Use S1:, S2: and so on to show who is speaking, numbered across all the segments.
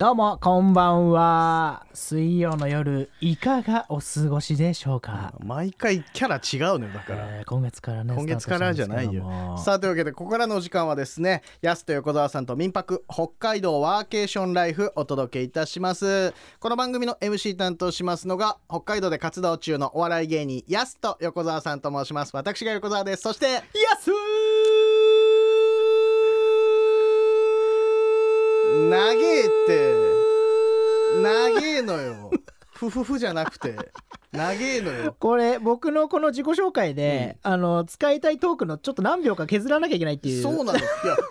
S1: どうもこんばんは水曜の夜いかがお過ごしでしょうか、
S2: 毎回キャラ違うのよだから、
S1: えー今月からね
S2: 今月からじゃないよ
S1: さ
S2: さあというわけでここからのお時間はですねやすと横澤さんと民泊北海道ワーケーションライフお届けいたしますこの番組の MC 担当しますのが北海道で活動中のお笑い芸人やすと横澤さんと申します私が横澤ですそして
S1: やす
S2: 長えって長えのよふふふじゃなくて長えのよ
S1: これ僕のこの自己紹介で、あの使いたいトークのちょっと何秒か削らなきゃいけないっていう
S2: そうなのいや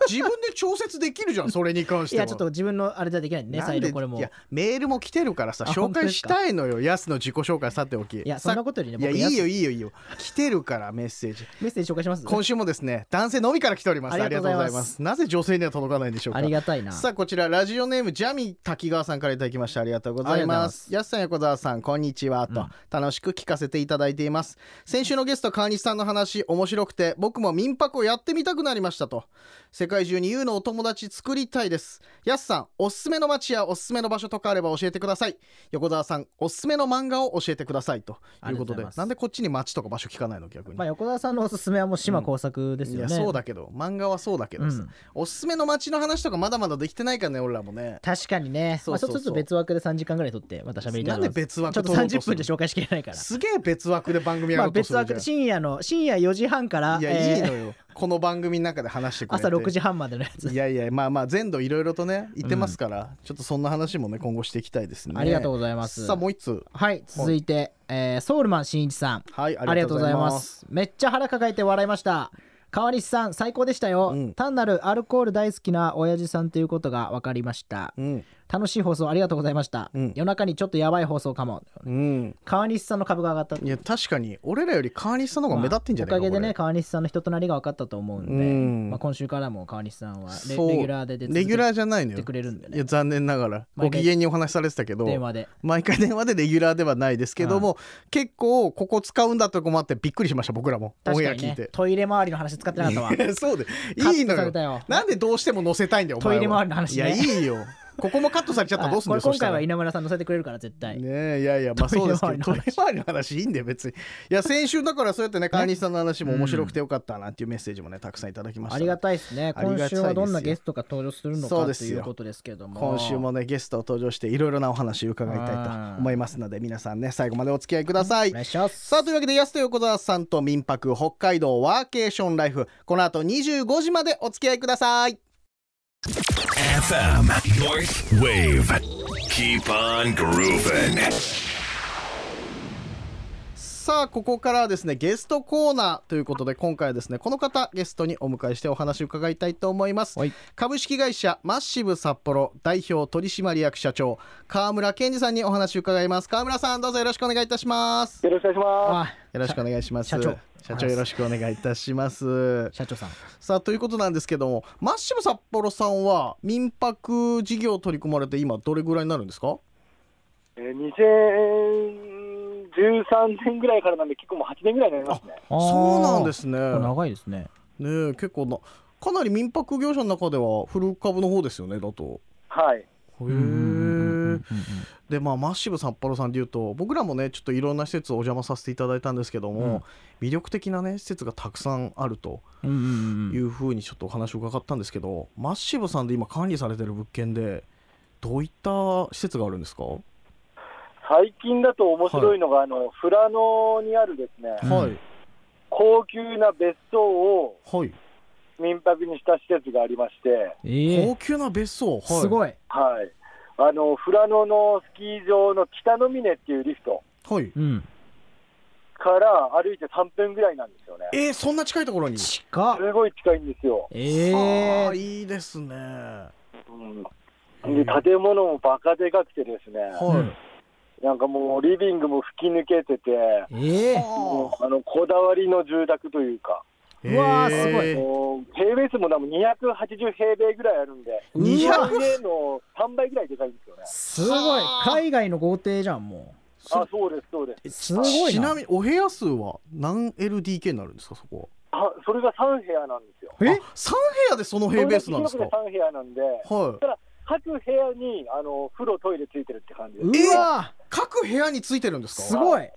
S2: 自分で調節できるじゃんそれに関し
S1: い
S2: ては
S1: やちょっと自分のあれじゃできないんでね
S2: なん
S1: 再
S2: で
S1: 度これも
S2: いやメールも来てるからさ
S1: あ
S2: 紹介し
S1: 本
S2: たいのよやすの自己紹介さておき
S1: いや
S2: さ
S1: そんなことよりね
S2: いや
S1: 僕
S2: い
S1: やす
S2: いよいいよいいよ来てるからメッセー ジ
S1: メッセージ紹介します
S2: 今週もですね男性のみから来ております
S1: あ
S2: あ
S1: りが
S2: りが
S1: と
S2: と
S1: う
S2: う
S1: ござ
S2: ござ
S1: い
S2: い
S1: ま
S2: ますすなぜ女性には届かないんでしょう
S1: あ
S2: か
S1: りがたいな
S2: さあこちらラジオネームジャミ滝川さんからいただきましたありがとうございます
S1: あ
S2: やすさん横澤さんこんにちはと、
S1: うん
S2: 楽しく聞かせていただいています先週のゲスト川西さんの話面白くて僕も民泊をやってみたくなりましたと世界中に YOU のお友達作りたいですやすさんおすすめの街やおすすめの場所とかあれば教えてください横澤さんおすすめの漫画を教えてくださいということ
S1: ありがとうござい
S2: で
S1: ます
S2: なんでこっちに街とか場所聞かないの逆に、
S1: まあ横澤さんのおすすめはもう島工作です
S2: い
S1: よね、
S2: やそうだけど漫画はそうだけどさ、
S1: うん
S2: おすすめの街の話とかまだまだできてないからね俺らもね
S1: 確かにね
S2: そうそうそう
S1: まあ、ちょっと別枠で3時間ぐらい取ってまた喋りたい
S2: なんで別枠
S1: ちょっと
S2: 取ろう
S1: 30
S2: とす
S1: 分
S2: る
S1: で紹介しきれないから
S2: すげえ別枠で番組や
S1: ま
S2: ろ
S1: あ
S2: うとす
S1: 別
S2: る
S1: 枠
S2: じゃん、
S1: で深夜の深夜4時半から
S2: いやいい
S1: えー
S2: のよこの番組の中で話してくれて
S1: 朝6時半までのやつ
S2: いやいやまあまあ全土いろいろとね言ってますから、ちょっとそんな話もね今後していきたいですね
S1: ありがとう
S2: ござい
S1: ございます
S2: さあもう一つ
S1: はい続いて、えーソウルマンしんいちさん
S2: はい
S1: あ
S2: あ
S1: りがと
S2: りがと
S1: うご
S2: うご
S1: ざ
S2: ざ
S1: い
S2: い
S1: ま
S2: ます
S1: すめっちゃ腹抱えて笑いました川西さん最高でしたよ、
S2: うん
S1: 単なるアルコール大好きな親父さんということが分かりました
S2: うん
S1: 楽しい放送ありがとうございました、
S2: うん
S1: 夜中にちょっとやばい放送かも
S2: うん
S1: 川西さんの株が上がった
S2: いや確かに俺らより川西さんの方が目立ってんじゃ
S1: まあ
S2: ない
S1: お
S2: か
S1: かげでね
S2: こ
S1: 川西さんの人となりが分かったと思うんで、
S2: うん
S1: まあ、今週からも川西さんは
S2: れ
S1: レ
S2: そう
S1: レギュラーで出
S2: レギュラ
S1: ー
S2: ーじゃないの
S1: て
S2: よ
S1: くれるんで
S2: いや
S1: ね
S2: 残念ながら
S1: 毎回
S2: ご機嫌にお話しされてたけど
S1: 電話で
S2: 毎回電話でレギュラーではないですけども、結構ここ使うんだとこもあってびっくりしました僕らもオン
S1: 確
S2: エ
S1: か
S2: ア
S1: に
S2: 聞い
S1: ね
S2: て、
S1: トイレ周りの話使ってなかったわ
S2: そうで
S1: カ
S2: いい
S1: ット
S2: の
S1: さ
S2: よ
S1: れたよ
S2: なんでどうしても載せたいんだよお前は
S1: トイレ回りの話ね
S2: いやいいよここもカットされちゃったらどうすんだ
S1: は
S2: よ
S1: いこれ
S2: そ
S1: 今
S2: した
S1: 回
S2: ら
S1: は
S2: ね
S1: 稲村さん乗せてくれるから絶対、
S2: えいやいやまあそうですけど
S1: ト
S2: ト
S1: イ
S2: イ
S1: レ
S2: レ回りの話いいんだよ別にいや先週だからそうやってね川西さんの話も面白くてよかったなっていうメッセージもねたくさんいただきました
S1: ありがたいですね
S2: ありが
S1: 今
S2: たいです
S1: 週
S2: よ
S1: はどんなゲストが登場するの
S2: そ
S1: か
S2: うで
S1: と
S2: す
S1: い
S2: よ
S1: うことですけども
S2: 今週もねゲストを登場していろいろなお話を伺いたいと思いますので皆さんね最後までお付き合いください
S1: お願いします
S2: さあというわけで安田横澤さんと民泊北海道ワーケーションライフこの後25時までお付き合いください
S3: FM North Wave. Keep on grooving.
S2: さあここからはですねゲストコーナーということで今回はですねこの方ゲストにお迎えしてお話を伺いたいと思います、
S1: はい
S2: 株式会社マッシブ札幌代表取締役社長川村健二さんにお話を伺います川村さんどうぞよろしくお願いいたします
S4: よろしくお願いしま
S1: あ
S2: よろしくお願いします
S1: 社長
S2: 社長よろしくお願いいたします
S1: 社長さん
S2: さあということなんですけどもマッシブ札幌さんは民泊事業取り組まれて今どれぐらいになるんですか
S4: す。えー、2013年ぐらいからなんで、結構もう8年ぐらいになりますね。
S2: そうなんですすね
S1: 長いですね
S2: ねえ結構なかなり民泊業者の中ではフル株の方ですよねだと
S4: はい。
S2: へ
S1: うんうんうんうんうん
S2: えでまあマッシブ札幌さんでいうと僕らもねちょっといろんな施設をお邪魔させていただいたんですけども、魅力的なね施設がたくさんあると
S1: うんうんうん
S2: いうふうにちょっとお話を伺ったんですけど、マッシブさんで今管理されてる物件でどういった施設があるんですか、
S4: 最近だと面白いのが、あの、富良野にあるですね、
S1: うん
S2: はい
S4: 高級な別荘を
S2: はい
S4: 民泊にした施設がありまして、
S1: え
S2: 高級な別荘、
S1: ー、すご
S2: い、
S1: い、
S4: はい。あの、富良野のスキー場の北の峰っていうリフト
S2: はい、
S1: うん、
S4: から歩いて3分ぐらいなんですよね。
S2: えー、そんな近いところに
S1: 近っ
S4: すごい近いんですよ。
S1: え
S2: はあ
S1: ー、
S2: いいですねは
S4: うん。で、建物もバカでかくてですね、
S1: うん
S4: なんかもうリビングも吹き抜けてて、
S1: えー、
S2: はあ
S4: あのこだわりの住宅というか、
S1: うわー
S2: え
S1: すごい
S4: もう平米数も多分280平米ぐらいあるんで、
S1: うわ
S4: 200年の3倍ぐらいでかいんですよね。
S1: すごい海外の豪邸じゃんも
S2: そ
S4: あそうです、そうです。
S1: うすごいな
S2: ちなみにお部屋数は何 LDK になるんですかそこ
S4: あそれが3部屋なんですよ。
S2: は
S1: え
S2: あ三部屋でその平米数なんですか
S4: それが広くて3部屋なんで、
S2: は
S4: ただ各部屋にあの風呂、トイレついてるって感じです。
S1: うわ
S2: 各部屋についてるんですか
S1: すごい
S4: はい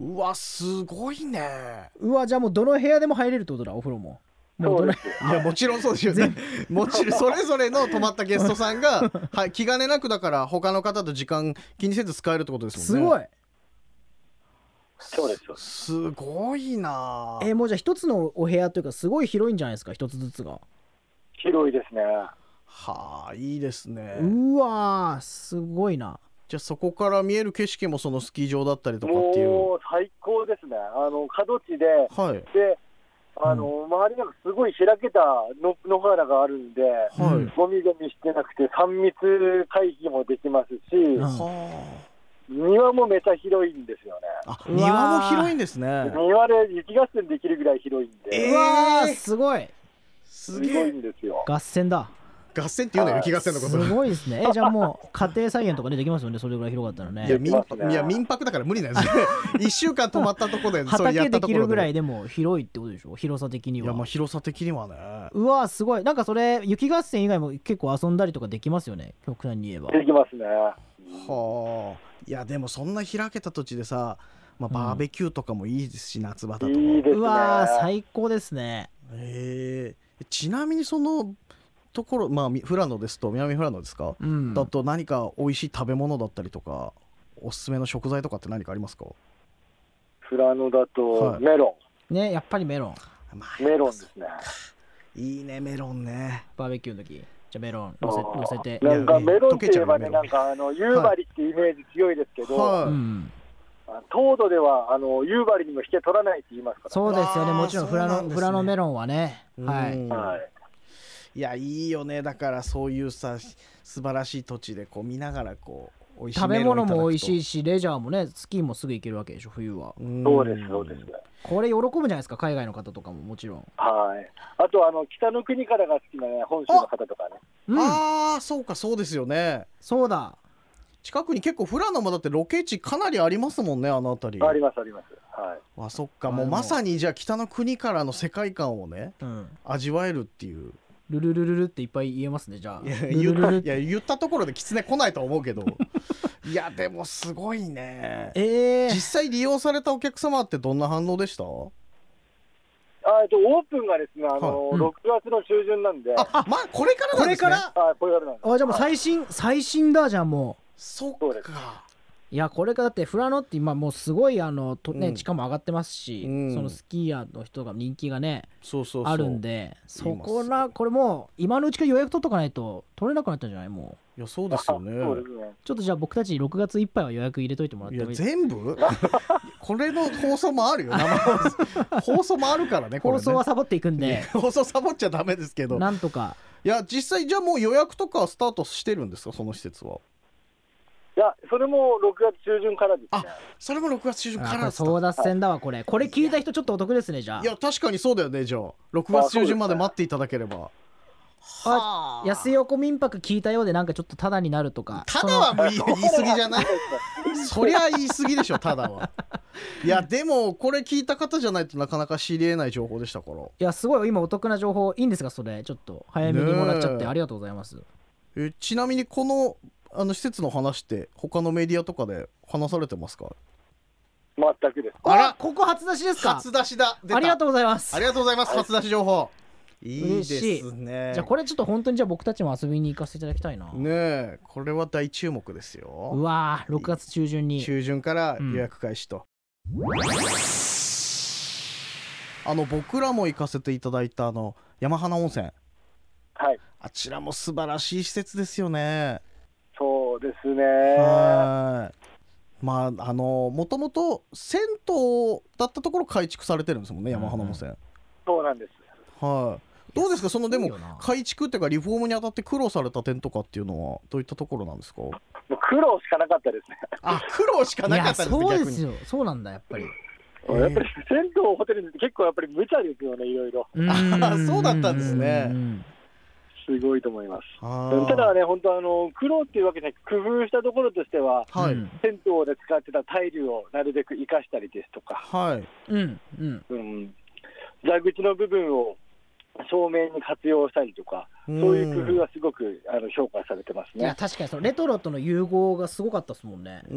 S4: う
S2: わすごいね
S1: うわじゃあもうどの部屋でも入れるってことだお風呂もも
S4: そう
S1: ど
S4: う
S1: の
S4: です。
S2: いやもちろんそうですよね もちろんそれぞれの泊まったゲストさんが、はい、気兼ねなくだから他の方と時間気にせず使えるってことです
S1: す
S2: もんね
S1: ごい
S4: そうです。
S2: すごいな
S1: えーもうじゃあ一つのお部屋というかすごい広いんじゃないですか一つずつが
S4: 広いですね。
S2: はあいいですね
S1: うわーすごいな
S2: じゃあそこから見える景色もそのスキー場だったりとかっていう
S4: もう最高ですね。あの角地で、
S2: はい
S4: で、あの、周りがすごい開けたの野原があるんで、
S2: はい、
S1: うん
S4: ゴミゴミしてなくて、3密回避もできますし、
S1: ん
S2: は
S4: 庭もめちゃ広いんですよね。
S2: ああ
S1: うわ
S2: 庭も広いんですね
S4: 庭で雪合戦できるぐらい広いんで、
S2: えー
S1: うわーすごい
S2: す
S4: す
S2: げ
S4: ごい
S2: え
S4: んですよ。
S1: 合戦だ
S2: 合戦って言うのよ雪合戦のこ
S1: す
S2: と
S1: ごいですねえじゃあもう家庭菜園とかねできますよねそれぐらい広かったら
S2: い
S1: ね
S2: や民いや民泊だから無理なん ですね一週間泊まったとこでそれや
S1: 畑
S2: った
S1: で
S2: と
S1: き
S2: こ
S1: る
S2: ろ
S1: ぐら
S2: で
S1: いでも広いってことでしょ広さ的に
S2: いや
S1: は
S2: まあ広さ的にはね
S1: うわーすごいなんかそれ雪合戦以外も結構遊んだりとかできますよね極端に言えば
S4: できますね。
S2: はあいやでもそんな開けた土地でさ、まあ、バーベキューとかもいいですし、夏場だと
S4: いいですね。
S1: うわー最高ですね
S2: へえちなみにそのところまあみ富良野ですと南富良野ですか、
S1: うん
S2: だと何か美味しい食べ物だったりとかおすすめの食材とかって何かありますか
S4: 富良野だ
S2: は
S4: と
S2: い
S4: メロ
S1: ねやっぱりメロン
S2: ま
S4: ン、メロンですね。
S2: いいねメロンね
S1: バーベキューの時じゃあメロン乗せ乗せて
S2: いや
S4: なんかメロンって言えば
S2: 溶けちゃうよメロ
S4: ね、
S2: ン
S4: なんかあの夕張ってイメージ強いですけど、
S2: は
S1: う
S2: い、
S1: ん
S4: あ糖度ではあの夕張にも引け取らないって言いますから
S1: そうですよね
S2: うわー
S1: もちろんフラ
S2: そうな
S1: ノ、
S2: んですね
S1: フラノメロンはねは
S2: う
S1: い
S2: ん、
S4: はい
S2: い、やいいよねだからそういうさ素晴らしい土地でこう見ながらこう美味しい
S1: 食べ物も美味しい
S2: し
S1: しレジャーもねスキーもすぐ行けるわけでしょ冬は
S4: そうです、そうです。
S1: これ喜ぶじゃないですか海外の方とかももちろん
S4: はい。あと、あの、北の国からが好きなね、本州の方とかね。
S1: うん
S2: ああそうかそうですよね
S1: そうだ
S2: 近くに結構富良野もだってロケ地かなりありますもんねあの辺り
S4: あります、あります。はい。
S2: あそっかもうまさにじゃあ北の国からの世界観をね
S1: うん
S2: 味わえるっていう
S1: ルルルルルっていっぱい言えますねじゃあ
S2: いや
S1: ル
S2: 言
S1: ル
S2: っ
S1: ル
S2: た
S1: ル
S2: いや言ったところで狐来ないとは思うけど いやでもすごいね
S1: ええ
S2: 実際利用されたお客様ってどんな反応でした
S4: あえっと、オープンがですね、あの、
S1: はいうん
S4: 6月の中旬なんで、あ
S2: あまあこれからなんです
S1: こ
S2: ね
S1: れから
S4: これからなんです。
S1: あじゃあもう最新最新だじゃあも
S2: そ
S4: そう
S2: っ
S4: です
S2: か
S1: ういやこれからだってフラノって今もうすごいあのと
S2: う
S1: ね
S2: ん
S1: 地価も上がってますし
S2: うん
S1: そのスキーヤーの人が人気がね
S2: そうそうそう
S1: あるんでそこ
S2: 今す
S1: らこれもう今のうちから予約取っとかないと取れなくなったんじゃないもう
S2: いやそうですよね
S4: そうですね。
S1: ちょっとじゃあ僕たち6月いっぱいは予約入れといてもらっ
S2: い
S1: て
S2: や
S1: もいいですか
S2: 全 部これの放送もあるよ生放 送放送もあるからねこれね
S1: 放送はサボっていくんで
S2: 放送サボっちゃダメですけど
S1: なんとか
S2: いや実際じゃあもう予約とかはスタートしてるんですかその施設はい
S4: や、それも6月中旬からですね。
S2: それも6月中旬
S1: あこれ争奪戦だわこれこれ聞いた人ちょっとお得ですねじゃあ
S2: いや確かにそうだよねじゃあ6月中旬まで待っていただければ
S1: あ安い横民泊聞いたようでなんかちょっとタダになるとか
S2: ただはもう言い言い過ぎじゃないそりゃ言い過ぎでしょただはいやでもこれ聞いた方じゃないとなかなか知り得ない情報でしたから
S1: いやすごい今お得な情報いいんですかそれちょっと早めにもらっちゃっ
S2: ね
S1: て
S2: え
S1: ありがとうございます
S2: えちなみにこのあの施設の話って他のメディアとかで話されてますか
S4: 全くです。
S2: あら
S1: おここ初出しですか
S2: 初出しだ出た
S1: ありがとうございます
S2: ありがとうございます初出し情報いいで
S1: 嬉しい
S2: すね
S1: じゃあこれちょっと本当にじゃあ僕たちも遊びに行かせていただきたいな、
S2: ねえこれは大注目です
S1: う
S2: よ
S1: わー6月中旬に
S2: 中旬から予約開始と、あの僕らも行かせていただいたあの山花温泉
S4: はい。
S2: あちらも素晴らしい施設ですよね
S4: そうですね。
S2: はいまああのもともと銭湯だったところ改築されてるんですもんね山花温泉、
S4: そうなんです。
S2: はいどうですかそのでも
S1: すごいよな
S2: 改築っていうかリフォームにあたって苦労された点とかっていうのはどういったところなんですか
S4: もう苦労しかなかったですね。
S2: あ苦労しか
S1: い
S2: なか
S1: や
S2: ったです
S1: そうで
S2: 逆
S1: す
S2: に
S1: よそうなんだやっ ぱり
S2: えー
S4: やっぱり、銭湯、ホテルって結構やっぱり無茶ですよね、いろいろ。
S1: うーん
S2: そうだったんですね
S1: うん
S4: すごいと思います。
S2: あー
S4: ただね、本当あの、苦労っていうわけじゃなく、工夫したところとしては、
S2: はい、
S1: うん
S4: 銭湯で使ってたタイルをなるべく生かしたりですとか、
S2: はい
S1: うんうん
S4: うん、蛇口の部分を照明に活用したりとか、
S2: うん
S4: そういう工夫はすごくあの評価されてます
S1: いや
S4: ね。
S1: 確かにそのレトロとの融合がすごかったですもんね、
S2: う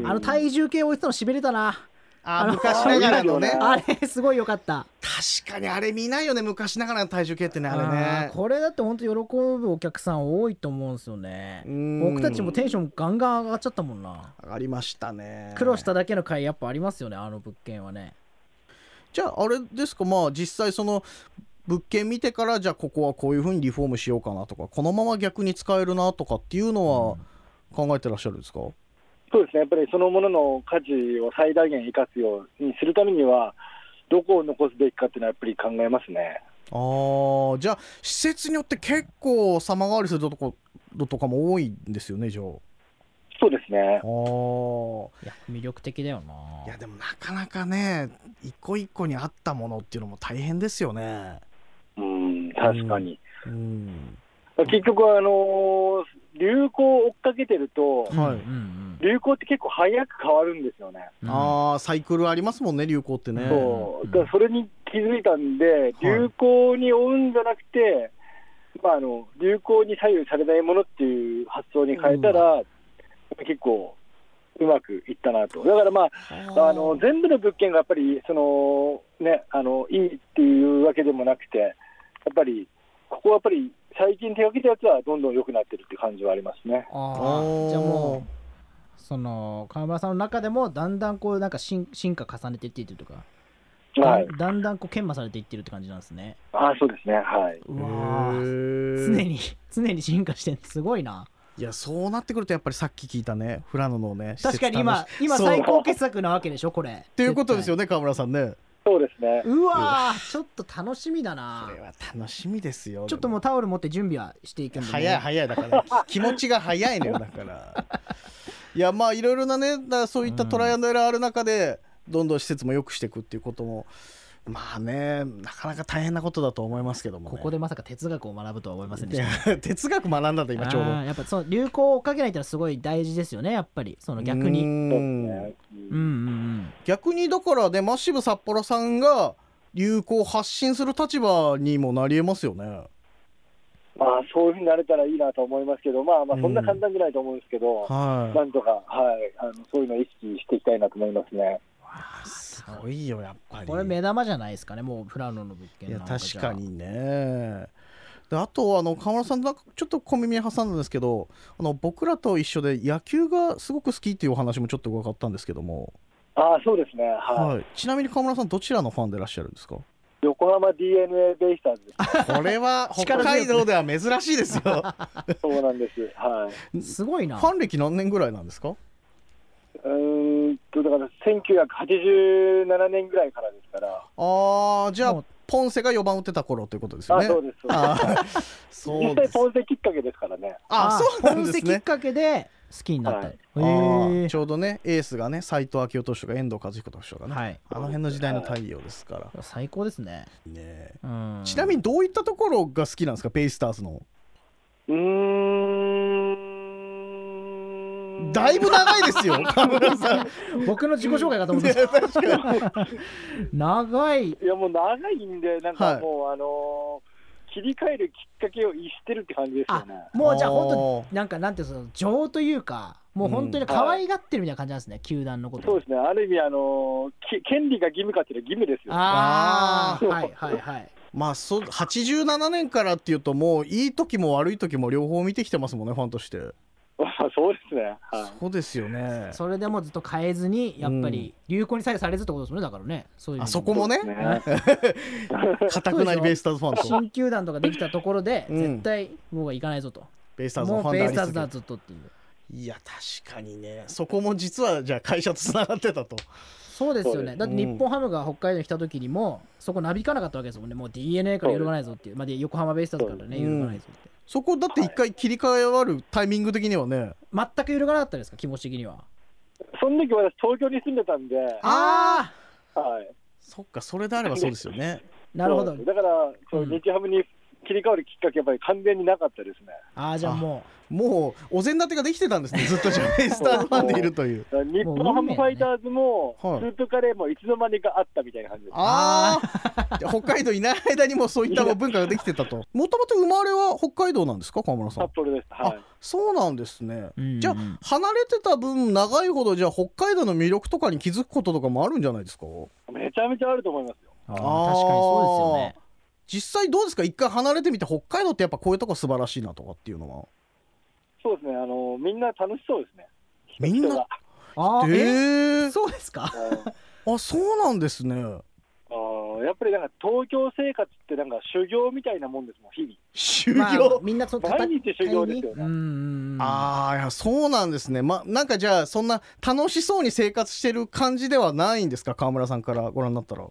S2: ん
S1: あの体重計置いてたのしびれたな
S2: あ
S1: あの
S2: 昔ながらのね
S1: あれすごい良かった
S2: 確かにあれ見ないよね昔ながらの体重計ってねあれ
S1: あー
S2: ね
S1: これだって本当喜ぶお客さん多いと思うんですよね
S2: うん
S1: 僕たちもテンションガンガン上がっちゃったもんな
S2: 上がりましたね
S1: 苦労しただけの回やっぱありますよねあの物件はね
S2: じゃああれですかまあ実際その物件見てからじゃあここはこういうふうにリフォームしようかなとかこのまま逆に使えるなとかっていうのは考えてらっしゃるんですか、
S4: そうですね、やっぱりそのものの価値を最大限生かすようにするためには、どこを残すべきかっていうのはやっぱり考えますね。
S2: あーじゃあ施設によって結構様変わりするとことかも多いんですよねじゃあ。
S4: そうですね
S2: あ。ー
S1: いや魅力的だよない
S2: やでもなかなかね一個一個に合ったものっていうのも大変ですよね。
S4: うん、確かに。
S2: うん、
S4: まあ結局はあのー流行を追っかけてると、
S2: はい
S1: うんうん
S4: 流行って結構早く変わるんですよね。
S1: うん、
S2: ああサイクルありますもんね流行ってね。
S4: そうう。
S1: ん
S4: だからそれに気づいたんで、流行に追うんじゃなくて、まあ、あの流行に左右されないものっていう発想に変えたら、結構うまくいったなと。だからまあ、あの全部の物件がやっぱりその、ね、あのいいっていうわけでもなくて、やっぱりここはやっぱり最近手がけたやつはどんどん良くなってるって感じはありますね。
S1: あ
S2: お
S1: ー
S2: ー
S1: じゃあもうその川村さんの中でもだんだんこうなんか進進化重ねていっているというか、
S4: はい
S1: だんだんだんこう研磨されていってるって感じなんですね
S4: あそうですね、はい、
S1: うわー常
S2: 常
S1: に常に進化してんのすごいない
S2: やそうなってくるとやっぱりさっき聞いたねフラノのね
S1: 確かに今
S2: 施設楽し
S1: 今
S2: そう
S1: 最
S2: っ
S1: 高傑作なわけでしょこれって
S2: いうことですよね川村さんね。
S4: そうですね、
S1: うわーちょっと楽しみだな
S2: これは楽しみですよ。
S1: ちょっともうタオル持って準備はしていくんで、ね、
S2: 早い早いだから 気持ちが早いのよだからいやまあいろいろなねだからそういったトライアンドエラーある中でどんどん施設も良くしていくっていうこともまあねなかなか大変なことだと思いますけども、ね、
S1: ここでまさか哲学を学ぶとは思いませんで
S2: い
S1: した
S2: や哲学学んだんだ今ちょうど
S1: あーやっぱその流行を追っかけないってのはすごい大事ですよねやっぱりその逆
S2: う
S1: に
S2: ん
S1: うんうんうん
S2: 逆にだからねマッシブ札幌さんが流行を発信する立場にもなりえますよね
S4: まあ、そういうふうになれたらいいなと思いますけど、まあ、まあそんな簡単じゃないと思うんですけど、
S2: はい
S4: なんとか、はい、あのそういうのを意識していきたいなと思いますね。
S2: すごいよやっぱり
S1: これ目玉じゃないですかねもうフラノの物件
S2: いや
S1: なんか
S2: 確
S1: じゃ
S2: かにねであとあの河村さんなんかちょっと小耳挟んだんですけどあの僕らと一緒で野球がすごく好きっていうお話もちょっと伺ったんですけども、
S4: ああ、そうですね、はい。
S2: はいちなみに河村さんどちらのファンでいらっしゃるんですか
S4: 横浜 d n a ベイスターズです。
S2: これは北
S1: 力強い
S2: 海道では珍し いですよフ
S4: そうなんです。はい。
S1: すごいな
S2: ァン歴何年ぐらいなんですか
S4: うーんと、だから1987年ぐらいからですから。
S2: あーじゃ
S1: も
S2: あ
S1: う
S2: ポンセが4番打てた頃ということですよ
S4: あ
S2: ね
S4: そうです。そう
S2: あ
S4: です
S2: ーそう
S4: 実
S2: で
S4: 際
S2: す
S4: ポンセきっかけですからね。
S2: あそうなん
S1: 本
S2: です
S1: 籍きっ
S2: ね
S1: かけで好きになった、
S4: はい
S2: あ
S1: へ
S2: ー
S1: え
S2: ちょうどねエースがね斎藤昭夫投手とか遠藤和彦投手とかね、
S1: はい
S2: あの辺の時代の太陽ですから、
S1: 最高ですね、
S2: ね
S1: うん、
S2: ちなみにどういったところが好きなんですか、ベイスターズの。
S4: うーん。
S2: だいぶ長いで すよ、河村さん。
S1: 僕の自己紹介かと思ってた 長い
S4: いや、もう長いんで、なんか
S2: はい
S4: もう、あのー切り替えるきっかけを逸してるって感じですよ
S1: あ
S4: ね。
S1: もうじゃあ本
S2: お
S1: 当
S2: ー
S1: なんかなんていうのその情というかもう本当に可愛がってるみたいな感じなんですね、球団のこと
S4: そうですね。ある意味、あのーき権利が義務かっていうのは義務ですよね。
S1: ああ
S4: あー
S1: はいはいはい
S2: まあそう87年からっていうと、もういい時も悪い時も両方見てきてますもんね、ファンとして。
S4: そうですね。はい。
S2: そうですよね。
S1: それでもずっと変えずにやっぱり流行に左右されずってことですもんねだからねそういう意
S2: あ
S1: 味で
S2: そこもね、
S4: ね
S2: かたくなにベイスターズファンと、
S1: 新球団とかできたところで
S2: うん
S1: 絶対僕は行かないぞと、
S2: ベイスターズのフ
S1: も
S2: ァ
S1: う
S2: ンで
S1: ベ
S2: あ
S1: イ
S2: り
S1: スターズだ
S2: 続
S1: ずっとっていう
S2: けいや、確かにね、そこも実は、じゃあ会社とつながってたと。
S1: そうですよ
S4: そう
S1: ね
S4: です
S1: だって日本ハムが北海道に来た時にもそこなびかなかったわけですもんねもう d n a から揺るがないぞっていう、まあ、で横浜ベイスターズからね
S2: そう
S1: 揺るがないぞって
S2: そこだって一回切り替えわるタイミング的にはね、
S1: 全く揺るがなかったですか気持ち的には
S4: その時私東京に住んでたんで、は
S1: ああ
S4: い。
S2: そっか、それであればそうですよね。
S1: なるほど
S4: そうだから、そう
S1: うん
S4: 日ハムに切り替わるきっかけやっぱり完全になかったですね。
S1: ああじゃあも
S2: もうお膳立てができてたんですねずっとジャベイスターズファンでいると いう
S4: ら日本ハムファイターズも、ス
S2: もう運命だねはい
S4: ープカレーもいつの間にかあったみたいな感じです。
S2: ああ北海道いない間にもそういった文化ができてたともともと生まれは北海道なんですか河村さん
S4: 札幌です。はい
S2: あ。そうなんですね、
S1: うん
S2: じゃあ離れてた分長いほどじゃあ北海道の魅力とかに気づくこととかもあるんじゃないですか
S4: めちゃめちゃあると思いますよ。
S1: あー確かにそうですよね。
S2: 実際どうですか一回離れてみて北海道ってやっぱこういうとこ素晴らしいなとかっていうのは
S4: そうですね。あのみんな楽しそうですね。
S2: みん
S4: 人
S2: な
S4: が。
S1: あーえ
S2: えー、
S1: そうですか
S4: うん
S2: あそうなんですね
S4: あーやっぱりなんか東京生活ってなんか修行みたいなもんですもん、日々。
S2: 修行、
S1: まあみんなその
S4: 毎日修行ですよね
S1: うんうんうん
S2: ああいやそうなんですねまあなんかじゃあそんな楽しそうに生活してる感じではないんですか川村さんからご覧になったら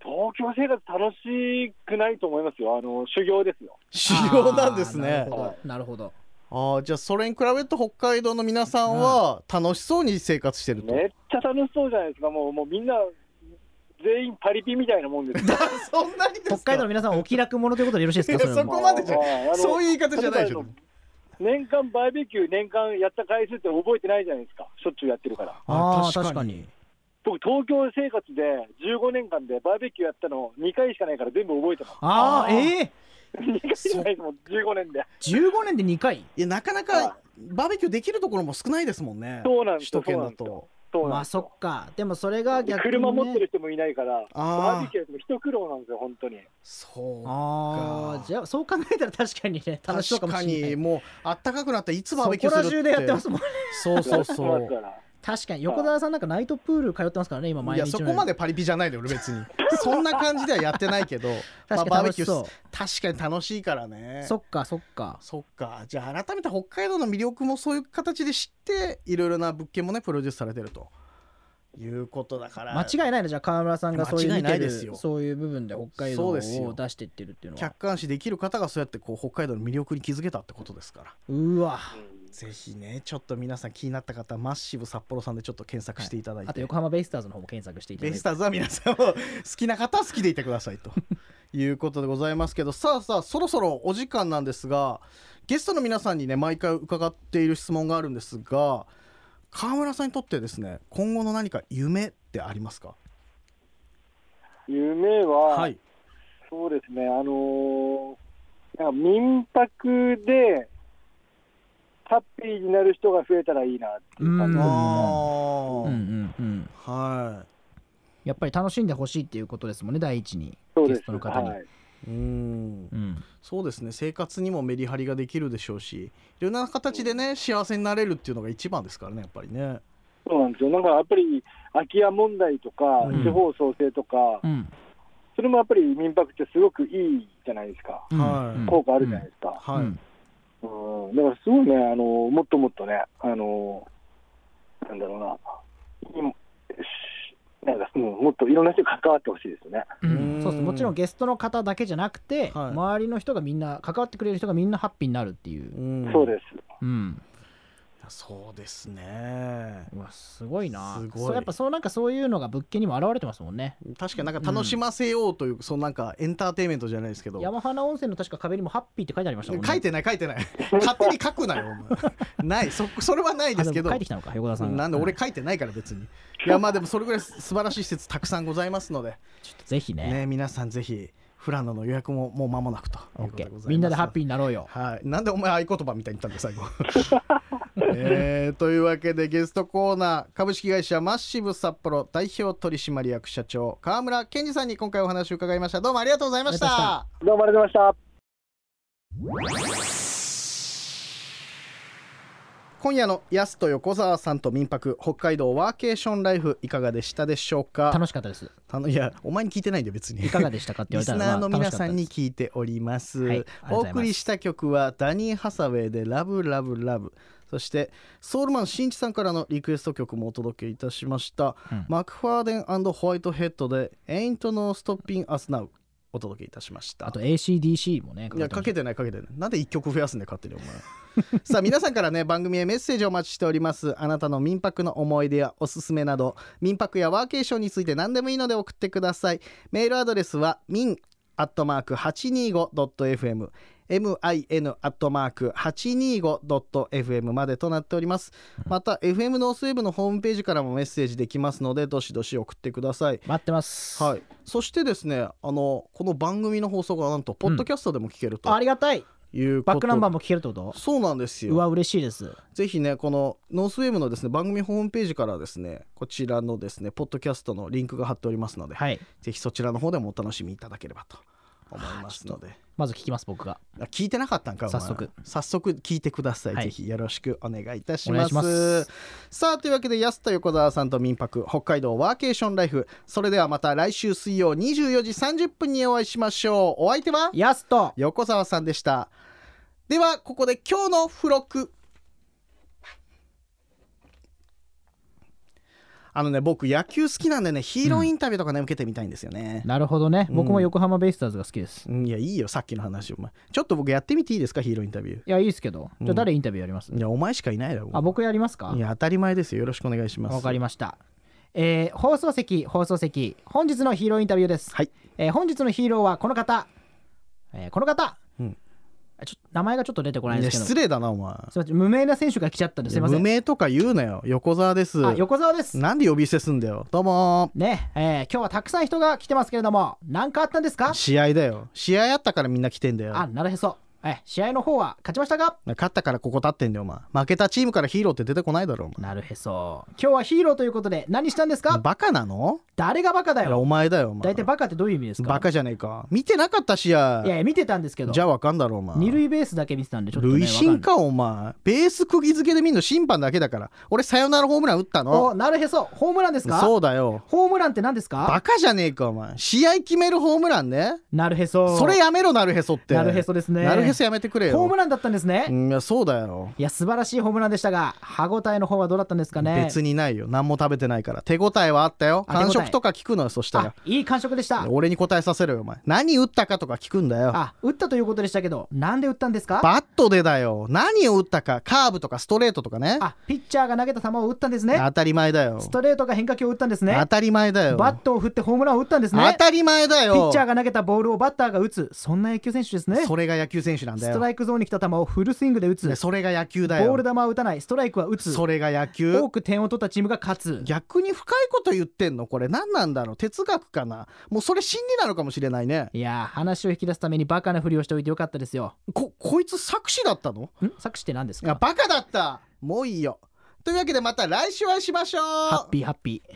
S4: 東京生活楽しくないと思いますよ。あの修行ですよ。
S2: 修行なんです
S1: あ
S2: ね
S1: ーなるほど。
S2: あーじゃあそれに比べると北海道の皆さんは楽しそうに生活してると、
S4: めっちゃ楽しそうじゃないですか。もうもうみんな全員パリピみたいなもんですよ。
S2: そんなにです
S1: 北
S2: か
S1: 海道の皆さん、お気楽者ということでよろしいですか、
S2: いや
S1: それ
S2: そ
S1: も。
S2: こまでじゃ
S4: まあまああの
S2: そういう言い方じゃないでしょ
S4: 例えばあの年間バーベキュー年間やった回数って覚えてないじゃないですか。しょっちゅうやってるから。
S1: あ
S2: あ
S1: あ、確かに。
S4: 僕東京生活で15年間でバーベキューやったの2回しかないから全部覚えてます。
S1: あ
S2: あ
S1: あ、
S2: ー
S1: ええ
S4: 2回しかないですもん15年で。
S1: 15年で2回
S2: いやなかな
S4: はい
S2: かバーベキューできるところも少ないですもんね
S4: そうなんで
S2: 首
S4: すよ
S2: 都圏だ
S4: そうなんです
S2: と
S4: そう
S1: ま
S4: なん
S1: あ
S4: ですよ
S1: そっか。でもそれが逆に、ね。
S4: 車持ってる人もいないから、
S2: あー
S4: バーベキューやっても一苦労なんですよ、本当に。
S2: そう
S1: あ
S2: か
S1: あ、じゃあそう考えたら確かにね、楽しそうかもしれない。
S2: 確かにもうあったかくなったらいつバー
S1: そ
S2: ベキ
S1: こ
S2: ューす
S1: ら
S2: るって
S1: 中でやってますもんね。
S2: そうそうそ
S4: やっ
S2: う
S4: てますから
S1: 確かに、横澤さんなんかナイトプール通ってますからね、今、毎
S2: い
S1: 日の
S2: や
S1: ように。
S2: そこまでパリピじゃないで 俺別にそんな感じではやってないけど
S1: 確
S2: まあ
S1: か
S2: バー
S1: に
S2: ベ
S1: 楽し
S2: キュ
S1: そう
S2: ー確かに楽しいからね
S1: そっか、そっか。
S2: そっかじゃあ改めて北海道の魅力もそういう形で知っていろいろな物件もねプロデュースされてるということだから
S1: 間違いないね、じゃあ川村さんがそういう
S2: 間違
S1: 見
S2: いな
S1: て
S2: いですよ
S1: る、そういう部分で北海道
S2: そう
S1: を出
S2: ですよ
S1: してってるっていうのは
S2: 客。観視できる方がそうやってこう北海道の魅力に気づけたってことですから
S1: うわ。
S4: うん
S2: ぜひねちょっと皆さん気になった方はマッシブ札幌さんでちょっと検索していただいて、
S1: あと横浜ベイスターズの方も検索していただい
S2: ベイ
S1: て
S2: ス。ターズは皆さんも好きな方は好きでいてください ということでございますけどさあさあそろそろお時間なんですがゲストの皆さんにね毎回伺っている質問があるんですが川村さんにとってですね今後の何か夢ってありますか
S4: 夢は、
S2: はい
S4: そうですね、あのーなんか民泊で、ハッピーになる人が増えたらいいなっていう
S1: うん
S4: 感じです
S2: あ
S1: うんう
S2: ー
S1: んうん。
S2: は
S1: やっぱり楽しんでほしいっていうことですもんね、第一に。
S4: そう
S1: ゲス
S4: です。
S1: トの方に。
S4: はい。
S2: いうん
S1: うん。
S2: そうですね生活にもメリハリができるでしょうしいろんな形でね幸せになれるっていうのが一番ですからねやっぱりね
S4: そうなんですよ。なんかやっぱり空き家問題とか、
S2: うん
S4: 地方創生とか、
S1: うん。
S4: それもやっぱり民泊ってすごくいいじゃないですか。
S2: はい
S1: うん
S4: 効果あるじゃないですか。
S2: はい、
S1: うん
S4: うん、だからすごいね、あのもっともっとね、あのなんだろうな、今しなんか、うん、もっといろんな人に関わってほしいですよね。
S1: うん
S2: うん
S1: そうですもちろんゲストの方だけじゃなくて、
S2: はい
S1: 周りの人がみんな関わってくれる人がみんなハッピーになるっていう、
S2: ん
S4: そうです。
S1: うん、
S2: そうですね
S1: うわすごいな
S2: すごい
S1: そうやっぱそうなんかそういうのが物件にも表れてますもんね
S2: 確かになんか楽しませようという、そのなんかエンターテインメントじゃないですけど
S1: 山花温泉の確か壁にもハッピーって書いてありましたもんね
S2: 書いてない書いてない 勝手に書くなよお前ないそそれはないですけ
S1: あ
S2: ど
S1: も書いてきたのか横田さんが
S2: なんで
S1: う
S2: 俺書いてないから別にいやまあでもそれぐらい素晴らしい施設たくさんございますので
S1: ちょっとぜひね
S2: ね皆さんぜひフラノの予約ももう間もなくとい
S1: オッ
S2: うこと
S1: ケ
S2: でございます
S1: ーみんなでハッピーになろうよ
S2: はい、なんでお前合言葉みたいに言ったんだ最後、 えーというわけでゲストコーナー株式会社マッシブ札幌代表取締役社長川村健二さんに今回お話を伺いましたどうもありがとうございまし
S1: ありがとうござい
S2: た
S4: どうもありがとうございました。
S2: 今夜の安と横澤さんと民泊北海道ワーケーションライフいかがでしたでしょうか
S1: 楽しかった です
S2: たのいやお前に聞いてないんだよ別に
S1: いかがでしたかって言わ
S2: リ
S1: れた
S2: ス
S1: ら
S2: ナーの
S1: まあ
S2: 皆
S1: 楽しか
S2: さ
S1: った
S2: ん
S1: で
S2: に
S1: す
S2: 聞いております,、
S1: はいありがとう
S2: お
S1: ございます
S2: 送りした曲はダニー・ハサウェイで「ラブラブラブ」そしてソウルマンしんいちさんからのリクエスト曲もお届けいたしました、
S1: うん
S2: マクファーデンホワイトヘッドで「Ain't No Stopping Us Now」お届けいたしました
S1: あと ACDC もね
S2: いやかけ
S1: て
S2: てないかけてないなんで1曲増やすんだよ勝手にお前 さあ皆さんからね番組へメッセージをお待ちしておりますあなたの民泊の思い出やおすすめなど民泊やワーケーションについて何でもいいので送ってくださいメールアドレスは民アットマーク 825.fm min.825.fm までとなっておりますまた FM ノースウェーブのホームページからもメッセージできますのでどしどし送ってください
S1: 待ってます。
S2: はい、そしてですねあのこの番組の放送がなんとポッドキャストでも聞けると
S1: ありがたい。
S2: いうこ
S1: バ
S2: と
S1: ックナンバーも聞けるってこと
S2: そうなんです
S1: う
S2: よ
S1: わ、嬉しいです。
S2: ぜひねこのノースウェーブのですね番組ホームページからですねこちらのですねポッドキャストのリンクが貼っておりますので、
S1: はい。
S2: ぜひそちらの方でもお楽しみいただければと思いますので
S1: まず聞きます、僕が。
S2: あ聞いてなかったんかお前
S1: 早速
S2: 早速聞いてください、
S1: はい
S2: ぜひよろしくお願いいたし
S1: お
S2: ま
S1: 願い
S2: す
S1: します
S2: さあというわけで安田横澤さんと民泊北海道ワーケーションライフそれではまた来週水曜24時30分にお会いしましょうお相手は
S1: やすと
S2: 横澤さんでしたではここで今日の付録あのね僕野球好きなんでねヒーローインタビューとかね、受けてみたいんですよね
S1: なるほどね。
S2: うん
S1: 僕も横浜ベイスターズが好きです。
S2: うんいやいいよさっきの話お前ちょっと僕やってみていいですかヒーローインタビュー
S1: いや、いいですけど。じゃあ誰インタビューやります
S2: いやお前しかいないだろ
S1: あ、僕やりますか
S2: いや当たり前ですよよろしくお願いします
S1: わかりました。えー放送席、放送席、本日のヒーローインタビューです。
S2: はい
S1: えー本日のヒーローはこの方、えーこの方、
S2: うん
S1: あちょっと名前がちょっと出てこないん
S2: い
S1: で
S2: や
S1: すけど、
S2: 失礼だなお前
S1: すいません無名な選手が来ちゃったんですいませ
S2: 無
S1: ん。
S2: 名とか言うなよ横澤です
S1: あ横澤です。
S2: なんで呼び捨てすんだよどうも
S1: ね、えー今日はたくさん人が来てますけれども、何かあったんですか
S2: 試合だよ試合あったからみんな来てんだよ
S1: あ、なるへそ。えー試合の方は勝ちましたか
S2: 勝ったからここ立ってんだよお前負けたチームからヒーローって出てこないだろお
S1: なるへそ。今日はヒーローということで何したんです
S2: 前
S1: か
S2: バカなの
S1: 誰がバカだ
S2: いやお
S1: よ。
S2: 前だよお前
S1: 大体バカってどういう意味ですか
S2: バカじゃねえか見てなかった試合
S1: いやいや、見てたんですけど、
S2: じゃあわかんだろお前
S1: 二塁ベースだけ見てたんで、ちょっと、ね。
S2: 塁審
S1: わ
S2: かお前ベース釘付けで見んの審判だけだから俺サヨナラホームラン打っ
S1: か
S2: た
S1: んないお、
S2: の
S1: なるへそ。ホームランですか
S2: そうだよ
S1: ホームランって何ですか
S2: バカじゃねえかお前試合決めるホームランね
S1: なるへそ。
S2: それやめろなるへそって
S1: なるへそですね。
S2: なるへそやめてくれよ
S1: ホームランだったんですね。
S2: うんいやそうだよ、
S1: いや、素晴らしいホームランでしたが、歯応えの方はどうだったんですかね。
S2: 別にないよ何も食べてないから手応えはあったよ
S1: あ手応え
S2: 感触とか聞くのよそした
S1: あ、
S2: ら
S1: いい感触でした。
S2: 俺に答えさせろよお前何打ったかとか聞くんだよ
S1: あ、打ったということでしたけど、なんで打ったんですか
S2: バットでだよ何を打ったかカーブとかストレートとかね
S1: あ、ピッチャーが投げた球を打ったんですね。
S2: 当たり前だよ
S1: ストレートが変化球を打ったんですね。
S2: 当たり前だよ
S1: バットを振ってホームランを打ったんです
S2: 当
S1: ね。
S2: たり前だ
S1: ピ
S2: よ
S1: ッチャーが投げたボールをバッターが打つ、そんな野球選手ですね。
S2: それが野球選手なんだ
S1: ス
S2: よ
S1: トライクゾーンに来た球をフルスイングで打つ、
S2: ねそれが野球だよ
S1: ボール球は打たない、ストライクは打つ、
S2: それが野球
S1: 多く点を取ったチームが勝つ。
S2: 逆に深いこと言ってんのこれ何なんだろう哲学かなもうそれ心理なのかもしれないね
S1: いやー、話を引き出すためにバカなふりをしておいてよかったですよ。
S2: ここいつ作詞だったの
S1: ん作詞って何です
S2: いや
S1: か
S2: バカだったもういいよというわけでまた来週お会いしましょう
S1: ハッピーハッピー。